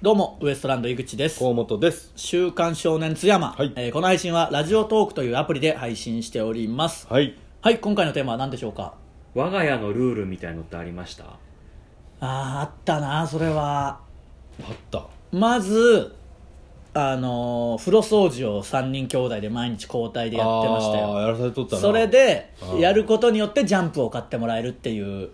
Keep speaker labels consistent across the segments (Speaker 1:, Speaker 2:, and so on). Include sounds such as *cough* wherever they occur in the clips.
Speaker 1: どうもウエストランド井口です
Speaker 2: 河本です
Speaker 1: 週刊少年津山、
Speaker 2: はい
Speaker 1: えーこの配信はラジオトークというアプリで配信しておりますはい、
Speaker 2: はい
Speaker 1: 今回のテーマは何でしょうか
Speaker 3: 我が家のルールみたいのってありました
Speaker 1: あーあったなそれは
Speaker 2: あった
Speaker 1: まずあのー風呂掃除を3人兄弟で毎日交代でやってました
Speaker 2: あー
Speaker 1: よ
Speaker 2: やらされとったな
Speaker 1: それで
Speaker 2: あー
Speaker 1: やることによってジャンプを買ってもらえるっていう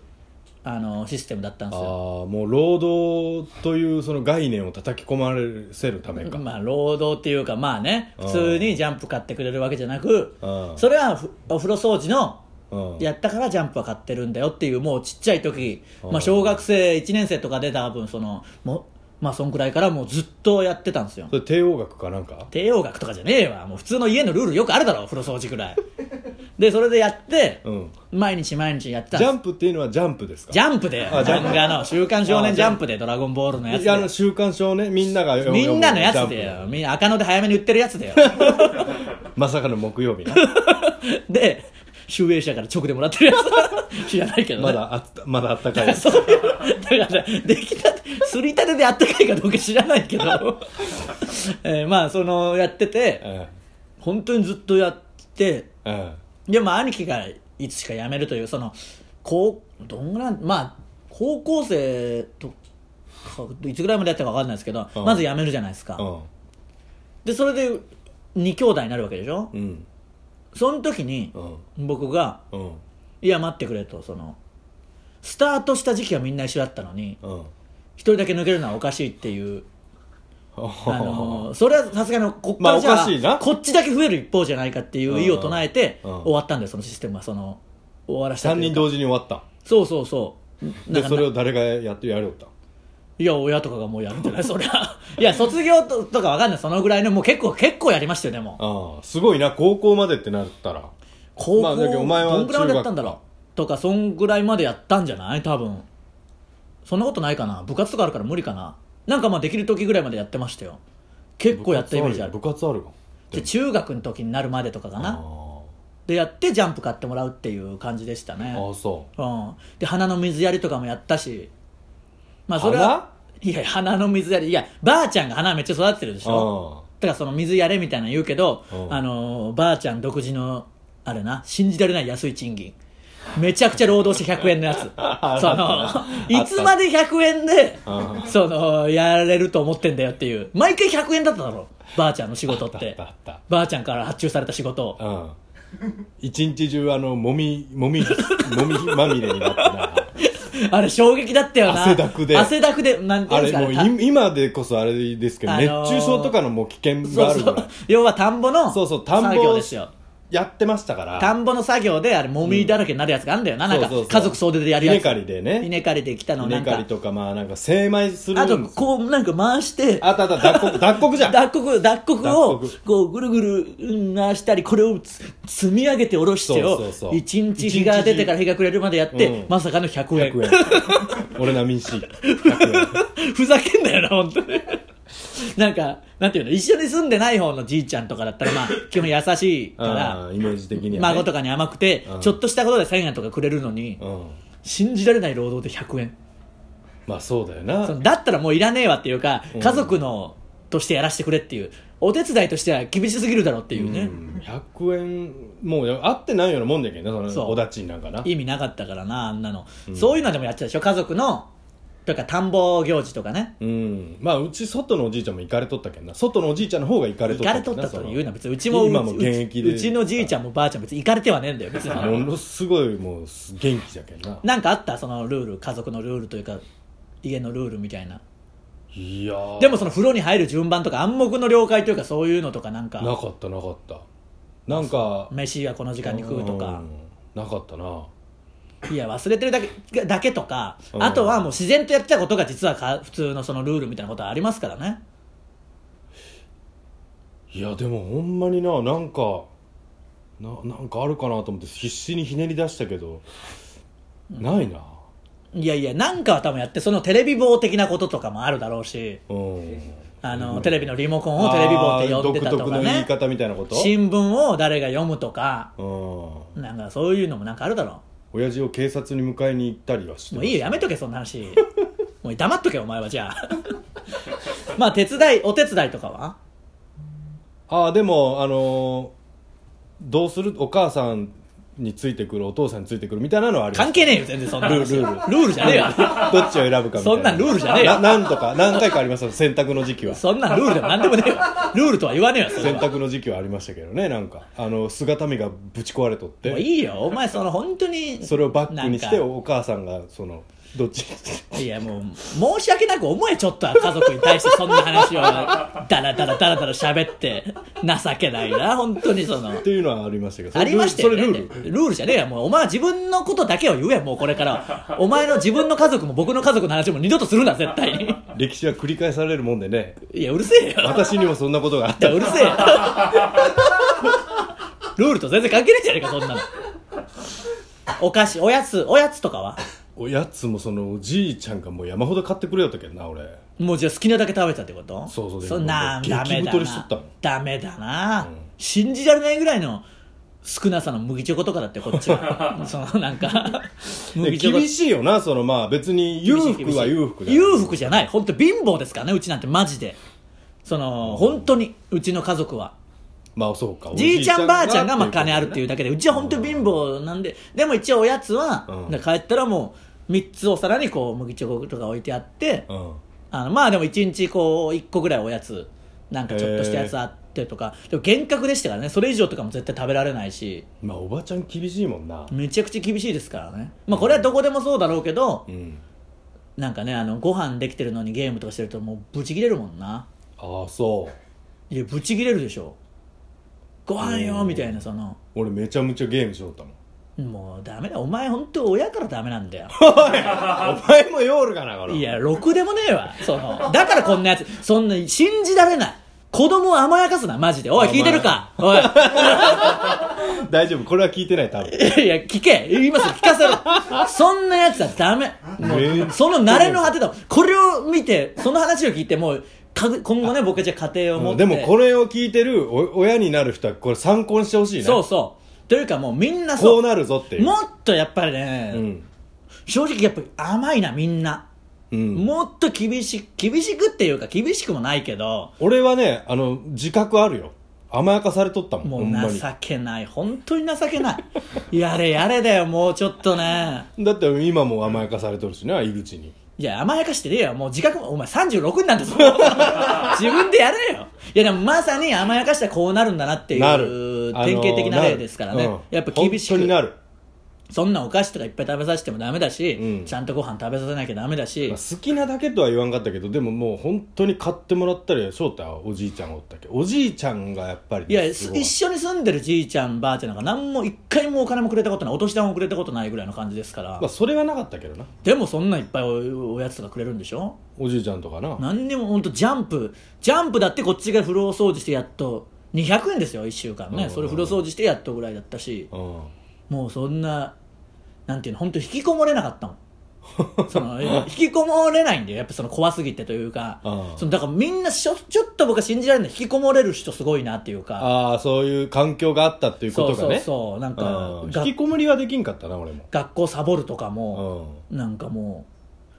Speaker 1: あのーシステムだったん
Speaker 2: あ
Speaker 1: ですよ
Speaker 2: あもう労働というその概念を叩き込まれせるためか、
Speaker 1: まあ労働っていうかまあね
Speaker 2: うん
Speaker 1: 普通にジャンプ買ってくれるわけじゃなく
Speaker 2: うん
Speaker 1: それはふお風呂掃除の
Speaker 2: うん、
Speaker 1: やったからジャンプは買ってるんだよっていうもうちっちゃい時、
Speaker 2: うん
Speaker 1: まあ、小学生1年生とかで多分そのもまあそんくらいからもうずっとやってたんですよ
Speaker 2: それ帝王学かなんか
Speaker 1: 帝王学とかじゃねえわもう普通の家のルールよくあるだろ風呂掃除くらいでそれでやって
Speaker 2: うん
Speaker 1: 毎日毎日やってたん
Speaker 2: ジ
Speaker 1: です
Speaker 2: ャンプっていうのはジャンプですか
Speaker 1: ジャンプで
Speaker 2: あジャンプ
Speaker 1: 漫画の「週刊少年
Speaker 2: あ
Speaker 1: ジ
Speaker 2: ジャ
Speaker 1: ャ
Speaker 2: ン
Speaker 1: ンプ」で「ドラゴンボール」のやつ
Speaker 2: いやあの
Speaker 1: で
Speaker 2: 週刊少年みんなが読む
Speaker 1: みんなのやつ
Speaker 2: ジ
Speaker 1: で
Speaker 2: ャ
Speaker 1: よ
Speaker 2: ンプ
Speaker 1: みんな赤野で早めに売ってるや
Speaker 2: *laughs*
Speaker 1: つだよ
Speaker 2: まさかの木曜日な
Speaker 1: *laughs* で集英社から直でもらってるやつ知らないけどね
Speaker 2: まだあったまだあったかいで
Speaker 1: *laughs* そ
Speaker 2: す
Speaker 1: ういう、だから、出来たて、すりたてであったかいかどうか知らないけど、えーまあ、その、やってて、
Speaker 2: え
Speaker 1: 本当にずっとやって、
Speaker 2: ええ
Speaker 1: でも兄貴がいつしか辞めるという、その、高、どんぐらい、まあ、高校生とか、いつぐらいまでやったか分かんないですけど、
Speaker 2: うん
Speaker 1: まず辞めるじゃないですか。
Speaker 2: え
Speaker 1: で、それで、二兄弟になるわけでしょ、
Speaker 2: うん
Speaker 1: その時に
Speaker 2: う、ん
Speaker 1: 僕が、
Speaker 2: うんうん
Speaker 1: いや、待ってくれと、その、スタートした時期はみんな一緒だったのに、
Speaker 2: うん
Speaker 1: 一人だけ抜けるのはおかしいっていう、あ
Speaker 2: *laughs*
Speaker 1: のーそれはさすがにこっか
Speaker 2: ま
Speaker 1: ら
Speaker 2: あ
Speaker 1: じゃあ、
Speaker 2: おかしいな
Speaker 1: こっちだけ増える一方じゃないかっていう意を唱えて
Speaker 2: うんうん
Speaker 1: 終わったんだよそのシステムはその終わらせた
Speaker 2: 3
Speaker 1: という
Speaker 2: 人
Speaker 1: か
Speaker 2: 同時に終わった
Speaker 1: そうそうそうな
Speaker 2: で
Speaker 1: んか
Speaker 2: それを誰がやってやりおった
Speaker 1: いや親とかがもうやるんじゃない *laughs* そりゃいや卒業ととかわかんないそのぐらいのもう結構結構やりましたよでも
Speaker 2: ああすごいな高校までってなったら
Speaker 1: 高校、
Speaker 2: まあだけどお前は
Speaker 1: どんぐらいまでやったんだろうとかそんぐらいまでやったんじゃない多分そんなことないかな部活とかあるから無理かななんかまあできる時ぐらいまでやってましたよ結構やったイメージある
Speaker 2: 部活あるわ
Speaker 1: で中学の時になるまでとかか
Speaker 2: あ
Speaker 1: なでやってジャンプ買ってもらうっていう感じでしたね
Speaker 2: ああそう
Speaker 1: うんで花の水やりとかもやったしまあそれはいや花の水やりいやばあちゃんが花めっちゃ育ててるでしょ
Speaker 2: あ
Speaker 1: だからその水やれみたいなの言うけど
Speaker 2: うん
Speaker 1: あのーばあちゃん独自のあれな信じられない安い賃金めちゃくちゃ労働して100円のや
Speaker 2: *laughs*
Speaker 1: つそのいつまで100円で
Speaker 2: うん
Speaker 1: そのやれると思ってんだよっていう毎回100円だっただろばあちゃんの仕事っ
Speaker 2: あ *laughs* ってたあった
Speaker 1: ばあちゃんから発注された仕事 *laughs* を
Speaker 2: うん一日中あのもみ *laughs* もみもみまみれになってな
Speaker 1: あれ衝撃だったよな
Speaker 2: 汗だくで
Speaker 1: 汗だくでなんてい
Speaker 2: あ
Speaker 1: うんです
Speaker 2: れ
Speaker 1: か
Speaker 2: もう
Speaker 1: ねた
Speaker 2: い今でこそあれですけど
Speaker 1: あの
Speaker 2: 熱
Speaker 1: ー
Speaker 2: 中症とかのもう危険が
Speaker 1: そ
Speaker 2: あ
Speaker 1: う
Speaker 2: る
Speaker 1: そ
Speaker 2: ぐ
Speaker 1: う
Speaker 2: らい
Speaker 1: 要は田んぼの
Speaker 2: そうそう田んぼ
Speaker 1: 作業ですよ
Speaker 2: やってましたから
Speaker 1: 田んぼの作業であれもみだらけになるやつがあるんだよな,、
Speaker 2: うん
Speaker 1: なん
Speaker 2: そうそう
Speaker 1: か
Speaker 2: そ
Speaker 1: 家
Speaker 2: う
Speaker 1: 族総出でやるやつ
Speaker 2: 稲刈りでね
Speaker 1: 稲刈りで来たのをな
Speaker 2: 稲
Speaker 1: ん
Speaker 2: 刈
Speaker 1: か
Speaker 2: りとかまあなんか精米する
Speaker 1: あ
Speaker 2: んです
Speaker 1: と
Speaker 2: よ
Speaker 1: こうなんか回して
Speaker 2: あったあった脱
Speaker 1: *laughs*
Speaker 2: 穀脱穀じゃん
Speaker 1: 脱穀脱穀を
Speaker 2: 脱穀
Speaker 1: こうぐるぐるうん回したりこれをつ積み上げて下ろして
Speaker 2: そうそうそ
Speaker 1: を
Speaker 2: う
Speaker 1: 一日日が出てから日が暮れるまでやって、
Speaker 2: うん
Speaker 1: まさかの100円
Speaker 2: 100円俺なみんし100
Speaker 1: *laughs*
Speaker 2: 円
Speaker 1: ふざけんなよな、本当に。なんか、なんていうの、一緒に住んでない方のじいちゃんとかだったら、まあ、
Speaker 2: *laughs*
Speaker 1: 基本優しい
Speaker 2: あ
Speaker 1: か
Speaker 2: あイメージ的に
Speaker 1: ら、
Speaker 2: はね
Speaker 1: 孫とかに甘くて
Speaker 2: う、ん
Speaker 1: ちょっとしたことで1000円とかくれるのに、
Speaker 2: うん
Speaker 1: 信じられない労働で100円。
Speaker 2: まあそうだよ
Speaker 1: そ
Speaker 2: な
Speaker 1: のだったらもういらねえわっていうか、
Speaker 2: うん
Speaker 1: 家族の、としてやらせてくれっていう、お手伝いとしては厳しすぎるだろうっていうね、
Speaker 2: うん100円もう合ってないようなもんだけどなそ
Speaker 1: そう
Speaker 2: のおだちんなんかな
Speaker 1: 意味なかったからな、あんなの。そういうのでもやってたでしょ、家族の、というか田んぼ行事とかね。
Speaker 2: うんまあうち外のおじいちゃんも行かれとったけんな外のおじいちゃんの方が行かれと
Speaker 1: 行か
Speaker 2: った
Speaker 1: れ
Speaker 2: け
Speaker 1: と
Speaker 2: ん
Speaker 1: っ
Speaker 2: な
Speaker 1: たというのは別にうち
Speaker 2: その
Speaker 1: も
Speaker 2: 今も現役で
Speaker 1: うちうちのじいちゃんもばあちゃんも別に行かれてはねえんだよ別に
Speaker 2: ものすごいもう元気じゃけんな
Speaker 1: なんかあったそのルール家族のルールというか家のルールみたいない
Speaker 2: やー
Speaker 1: でもその風呂に入る順番とか暗黙の了解というかそういうのとかなん
Speaker 2: な
Speaker 1: か
Speaker 2: かったなかったなんか
Speaker 1: 飯はこの時間に食うとか
Speaker 2: うんなかったない
Speaker 1: や忘れてるだけだけとか
Speaker 2: うん
Speaker 1: あとはもう自然とやってたことが実はか普通のそのルールみたいなことはありますからね
Speaker 2: いやでもほんまにななんかななんかあるかなと思って必死にひねり出したけど、ないない
Speaker 1: やいやなんかは多分やってそのテレビ棒的なこととかもあるだろうし
Speaker 2: うん
Speaker 1: あのテレビのリモコンをテレビ棒って呼んでた
Speaker 2: あ
Speaker 1: と
Speaker 2: ー独
Speaker 1: か
Speaker 2: 特の言い
Speaker 1: ね
Speaker 2: 方みたいなこと
Speaker 1: 新聞を誰が読むとか
Speaker 2: うん
Speaker 1: なんかそういうのもなんかあるだろ
Speaker 2: 親父を警察に迎えに行ったりはし
Speaker 1: う
Speaker 2: て
Speaker 1: もう
Speaker 2: ま
Speaker 1: いい
Speaker 2: し
Speaker 1: よやめとけそんな話 *laughs* もうもう黙っとけお前はじゃあ *laughs* まあ手伝いお手伝いとかは
Speaker 2: ああでもあのーどうするお母さんについてくるお父さんについてくるみたいなのはあります
Speaker 1: 関係ねえよ全然そんな話
Speaker 2: *laughs* ル
Speaker 1: ル
Speaker 2: ールルー
Speaker 1: ールじゃねえわ
Speaker 2: *laughs* どっちを選ぶかみたいな
Speaker 1: そんなんルールじゃねえよ
Speaker 2: な *laughs* なんとか何回かありました選択の時期は
Speaker 1: そんなんルールでも何でもねえわルールとは言わねえわそれ
Speaker 2: 選
Speaker 1: は
Speaker 2: 択の時期はありましたけどねなんかあの姿見がぶち壊れとっ
Speaker 1: もう
Speaker 2: て
Speaker 1: いいよお前その本当に
Speaker 2: それをバックにして
Speaker 1: なん
Speaker 2: お母さんがそのどっち *laughs*
Speaker 1: かいやもう申し訳なく思えちょっとは家族に対してそんな話をダラダラダラダラ喋って情けないな本当にその
Speaker 2: っていうのはありましたけどそ
Speaker 1: あ
Speaker 2: れ
Speaker 1: りましたよ、ね、
Speaker 2: それルール
Speaker 1: ルールじゃねえやもうお前は自分のことだけを言えやもうこれから
Speaker 2: *laughs*
Speaker 1: はお前の自分の家族も僕の家族の話も二度とするな絶対
Speaker 2: *laughs*
Speaker 1: に
Speaker 2: 歴史は繰り返されるもんでね
Speaker 1: いやうるせえよ
Speaker 2: 私にもそんなことがあっ
Speaker 1: い
Speaker 2: た
Speaker 1: やうる
Speaker 2: *laughs*
Speaker 1: せえよルールと全然関係ないじゃねえかそんなのお菓子おやつおやつとかは
Speaker 2: おやつもそのおじいちゃんがもう山ほど買ってくれよったけどな俺
Speaker 1: もうじゃあ好きなだけ食べたってこと
Speaker 2: そうそう
Speaker 1: そんな
Speaker 2: 激
Speaker 1: ダメだ
Speaker 2: 太りしとったも
Speaker 1: なんダメだな、
Speaker 2: うん
Speaker 1: 信じられないぐらいの少なさの麦チョコとかだってこっち
Speaker 2: *laughs*
Speaker 1: はそのなんか
Speaker 2: で厳しいよなそのまあ別に裕福は裕福だ
Speaker 1: 裕福じゃない本当貧乏ですからねうちなんてマジでその本当にうちの家族は
Speaker 2: まあそうか
Speaker 1: じいちゃんばあちゃんがまあ金あるっていううだけでうちは本当に貧乏なんででも一応おやつは、
Speaker 2: うん
Speaker 1: だから帰ったらもう3つお皿にこう麦チョコとか置いてあって、
Speaker 2: うん
Speaker 1: あのまあでも1日こう1個ぐらいおやつなんかちょっとしたやつあってとかでも厳格でしたからねそれ以上とかも絶対食べられないし
Speaker 2: まあおばちゃん厳しいもんな
Speaker 1: めちゃくちゃ厳しいですからねまあこれはどこでもそうだろうけど
Speaker 2: うん
Speaker 1: なんかねあのご飯できてるのにゲームとかしてるともうブチ切れるもんな
Speaker 2: ああそう
Speaker 1: いやブチ切れるでしょご飯よ
Speaker 2: うん
Speaker 1: みたいなその
Speaker 2: 俺めちゃめちゃゲームしよったもん
Speaker 1: もうダメだお前本当親からダメなん *laughs* だよ
Speaker 2: お前もヨールかなこれ
Speaker 1: いやろくでもねえわそのだからこんなやつそんな信じられない子供を甘やかすなマジでおい聞いてるかおい *laughs*
Speaker 2: 大丈夫これは聞いてない多分
Speaker 1: いや聞け今すぐ聞かせろそんなやつはダメも
Speaker 2: めっ
Speaker 1: う
Speaker 2: ちゃ
Speaker 1: その慣れの果てだもんこれを見てその話を聞いてもうか今後ね僕はじゃあ家庭を持って、
Speaker 2: でもこれを聞いてるお親になる人はこれ参考にしてほしいね
Speaker 1: そうそうというかもうみんなそう
Speaker 2: こうなるぞっていう
Speaker 1: もっとやっぱりね、
Speaker 2: うん
Speaker 1: 正直やっぱり甘いなみんな、
Speaker 2: うん
Speaker 1: もっと厳し厳しくっていうか厳しくもないけど
Speaker 2: 俺はねあの自覚あるよ甘やかされとったもん
Speaker 1: も
Speaker 2: ほんま
Speaker 1: う
Speaker 2: に
Speaker 1: 情けない本当に情けない
Speaker 2: *laughs*
Speaker 1: やれやれだよもうちょっとね
Speaker 2: だって今も甘やかされとるしな入り口に
Speaker 1: いや甘やかしてねえよもう自覚もお前36になるんだぞ *laughs* 自分でやれよいやでもまさに甘やかしたらこうなるんだなってい
Speaker 2: なる
Speaker 1: う典型的な例ですからね、
Speaker 2: あのなるうん
Speaker 1: やっぱ厳し
Speaker 2: 本当に
Speaker 1: く
Speaker 2: なる、
Speaker 1: そんなお菓子とかいっぱい食べさせてもダメだし、
Speaker 2: うん
Speaker 1: ちゃんとご飯食べさせなきゃダメだし、
Speaker 2: まあ好きなだけとは言わんかったけどでももう本当に買ってもらったり翔太はおじいちゃんがおったっけおじいちゃんがやっぱり
Speaker 1: いや
Speaker 2: す
Speaker 1: 一
Speaker 2: ごい
Speaker 1: 緒に住んでるじいちゃんばあちゃんなんか何も一回もお金もくれたことないお年玉もくれたことないぐらいの感じですから、
Speaker 2: まあそれはなかったけどな
Speaker 1: でもそんないっぱいおおやつとかくれるんでしょ
Speaker 2: おじいちゃんとかな
Speaker 1: 何にも本当ジャンプジャンプだってこっちが風呂掃除してやっと200円ですよ1週間ね
Speaker 2: うん
Speaker 1: それ風呂掃除してやっとぐらいだったし
Speaker 2: うん
Speaker 1: もうそんななんていうの本当引きこもれなかった
Speaker 2: *laughs*
Speaker 1: もんその引きこもれないんだよやっぱその怖すぎてというか
Speaker 2: うん
Speaker 1: そのだからみんなしょちょっと僕は信じられない引きこもれる人すごいなっていうか
Speaker 2: ああそういう環境があったっていうこ
Speaker 1: そ
Speaker 2: と
Speaker 1: う
Speaker 2: が
Speaker 1: そう
Speaker 2: ね
Speaker 1: そうなんか
Speaker 2: うん
Speaker 1: が
Speaker 2: 引きこもりはできんかったな俺も
Speaker 1: 学校サボるとかも
Speaker 2: う
Speaker 1: なんかもう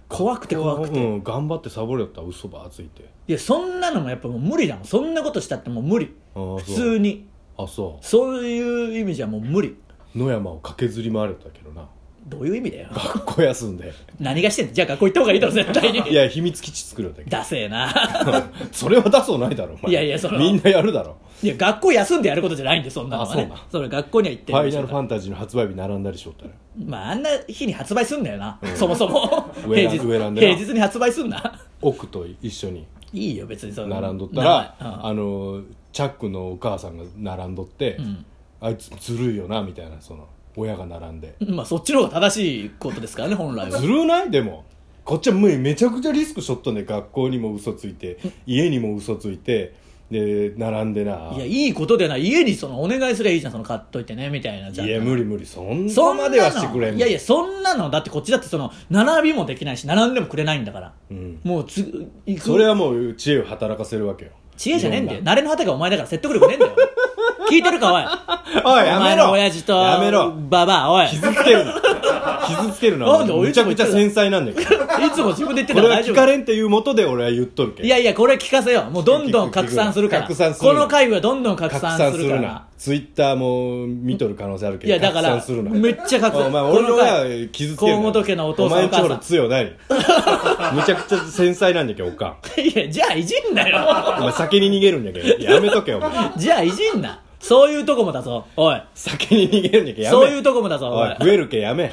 Speaker 1: 怖くて怖くて
Speaker 2: うん、頑張ってサボりよったら嘘ばついて
Speaker 1: いやそんなのもやっぱもう無理だもんそんなことしたってもう無理
Speaker 2: あー
Speaker 1: 普
Speaker 2: そう
Speaker 1: 通に
Speaker 2: あそ
Speaker 1: そういう意味じゃもう無理
Speaker 2: う野山を駆けずり回れたけどな
Speaker 1: どういう意味だよ
Speaker 2: 学校休ん
Speaker 1: *laughs*
Speaker 2: で
Speaker 1: 何がしてんのじゃあ学校行った方がいいだろ絶対
Speaker 2: *laughs* い
Speaker 1: に
Speaker 2: や秘密基地作るよったけ
Speaker 1: ダセえな
Speaker 2: ど *laughs* それは出そうないだろお前
Speaker 1: いやいやその
Speaker 2: みんなや
Speaker 1: *laughs*
Speaker 2: るだろ
Speaker 1: いや学校休んでやることじゃないんでそんなのは
Speaker 2: あそう
Speaker 1: ね
Speaker 2: な
Speaker 1: それ学校には行って
Speaker 2: ファイナルファ
Speaker 1: ン
Speaker 2: ンタジーの発売日並んだりしよったら
Speaker 1: まああんな日に発売すんだよな、そもそも
Speaker 2: *laughs* 上
Speaker 1: 平
Speaker 2: ら
Speaker 1: 日
Speaker 2: 上らんでな
Speaker 1: 平日に発売すんな
Speaker 2: 奥と一緒に
Speaker 1: いいよ別にその
Speaker 2: 並んどったら、
Speaker 1: 名前うん
Speaker 2: あのチャックのお母さんが並んどって、
Speaker 1: ん
Speaker 2: あいつずるいよなみたいなその親が並んで
Speaker 1: まあそっちの方が正しいことですからね本来は
Speaker 2: ずるないでもこっちはもうめちゃくちゃリスクしょっとんで学校にも嘘ついて家にも嘘ついてで並んでない
Speaker 1: やいいことでない家にそのお願いすりゃいいじゃんその買っといてねみたいなじゃん
Speaker 2: いや無理無理そん
Speaker 1: そ
Speaker 2: なん
Speaker 1: な
Speaker 2: ま
Speaker 1: の
Speaker 2: ではしてくれん
Speaker 1: いやいやそんなのだってこっちだってその並びもできないし並んでもくれないんだから
Speaker 2: うん、
Speaker 1: もうつ行く
Speaker 2: それはもう知恵を働かせるわけよ
Speaker 1: 知恵じゃねえんだよ
Speaker 2: い
Speaker 1: 慣れの果てがお前だから説得力ねえん
Speaker 2: *laughs*
Speaker 1: だよ聞いてるかおい
Speaker 2: ろんなおいや
Speaker 1: *laughs* お
Speaker 2: め
Speaker 1: 前
Speaker 2: ろ
Speaker 1: の親父と
Speaker 2: やめろ
Speaker 1: ババアおい *laughs*
Speaker 2: 傷つけるな傷つけるな
Speaker 1: なんで俺
Speaker 2: めちゃくちゃ繊細なんだけど
Speaker 1: *laughs*
Speaker 2: こ
Speaker 1: いつも自分で言ってた
Speaker 2: れ
Speaker 1: ら
Speaker 2: は
Speaker 1: 大丈
Speaker 2: 聞か
Speaker 1: 夫
Speaker 2: れんっていうもとで俺は言っとるけ
Speaker 1: いやいやこれ聞かせようもうどんどん拡散するから
Speaker 2: 拡散する
Speaker 1: この回はどんどん拡
Speaker 2: 拡
Speaker 1: 散
Speaker 2: 散
Speaker 1: す
Speaker 2: す
Speaker 1: るか
Speaker 2: る
Speaker 1: ら
Speaker 2: なツイッターも見とる可能性あるけ
Speaker 1: い
Speaker 2: ど
Speaker 1: やだから
Speaker 2: 拡散するな
Speaker 1: めっちゃ拡散
Speaker 2: お前
Speaker 1: こ
Speaker 2: 俺の
Speaker 1: の
Speaker 2: 親
Speaker 1: 回
Speaker 2: 傷つけるな
Speaker 1: 河本家のお父さん
Speaker 2: お前んち
Speaker 1: お母
Speaker 2: ほ
Speaker 1: さ
Speaker 2: ら
Speaker 1: ん
Speaker 2: 強ない *laughs* むちゃくちゃ繊細なんだけどおか
Speaker 1: *laughs*
Speaker 2: ん
Speaker 1: いやじゃあいじんなよ
Speaker 2: お前先に逃げるんだけどやめとけお前
Speaker 1: じゃあいじんなそういうとこもだぞおい
Speaker 2: 先に逃げるんだけどやめ
Speaker 1: そういうとこもだぞお
Speaker 2: おい
Speaker 1: い
Speaker 2: 増えるけや *laughs* め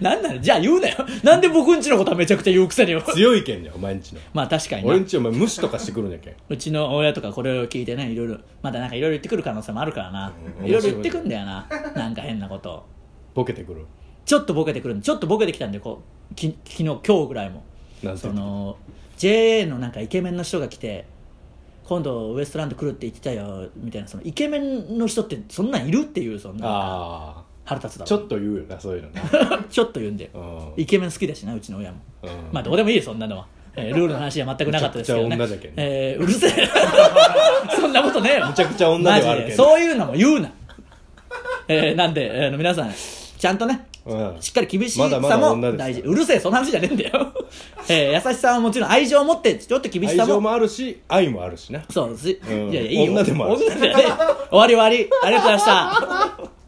Speaker 1: なんなのじゃあ言うなよなんで僕んちのことはめちゃくちゃ言うくせによ
Speaker 2: 強いけんだよお前んちの
Speaker 1: まあ確かにな
Speaker 2: 俺んちお前無視とかしてくるんだけ
Speaker 1: うちの親とかこれを聞いてねいろいろまだなんかいろいろ言ってくる可能性もあるからな
Speaker 2: うん
Speaker 1: いろいろ言ってくんだよ
Speaker 2: *laughs*
Speaker 1: ななんか変なことを
Speaker 2: ボケてくる
Speaker 1: ちょっとボケてくるのちょっとボケてきたんでこうき昨日今日ぐらいも
Speaker 2: なんて
Speaker 1: その JA のなんかイケメンの人が来て今度ウエストランド来るって言ってたよみたいなそのイケメンの人ってそんなんいるっていうそんな
Speaker 2: あ
Speaker 1: 腹立つ
Speaker 2: あ
Speaker 1: だ
Speaker 2: ち
Speaker 1: ろ
Speaker 2: ょっと言うよなそういうのな
Speaker 1: *laughs* ちょっと言うんだよ
Speaker 2: うん
Speaker 1: イケメン好きだしなうちの親も
Speaker 2: うん
Speaker 1: まあどうでもいいよそんなのは、えールールの話は全くなかったですけどね
Speaker 2: めちゃくちゃ女じゃけんね
Speaker 1: えーうるせえ *laughs* そんなことねえよ
Speaker 2: むちゃくちゃ女ではある
Speaker 1: マジ
Speaker 2: けど
Speaker 1: そういうのも言うな、 *laughs* えーなんで、えー皆さんちゃんとね
Speaker 2: うん
Speaker 1: しっかり厳しさ
Speaker 2: ま
Speaker 1: も大事
Speaker 2: だまだ女ですから
Speaker 1: うるせえそんな話じゃねえんだよ、 *laughs* えー優しさはもちろん愛情を持ってちょっと厳し
Speaker 2: 愛
Speaker 1: さも
Speaker 2: 情もあるし愛もあるしな
Speaker 1: そうし、
Speaker 2: うん
Speaker 1: いやいやいいよ
Speaker 2: 女でもある
Speaker 1: 女でもね終わり終わりありがとうございました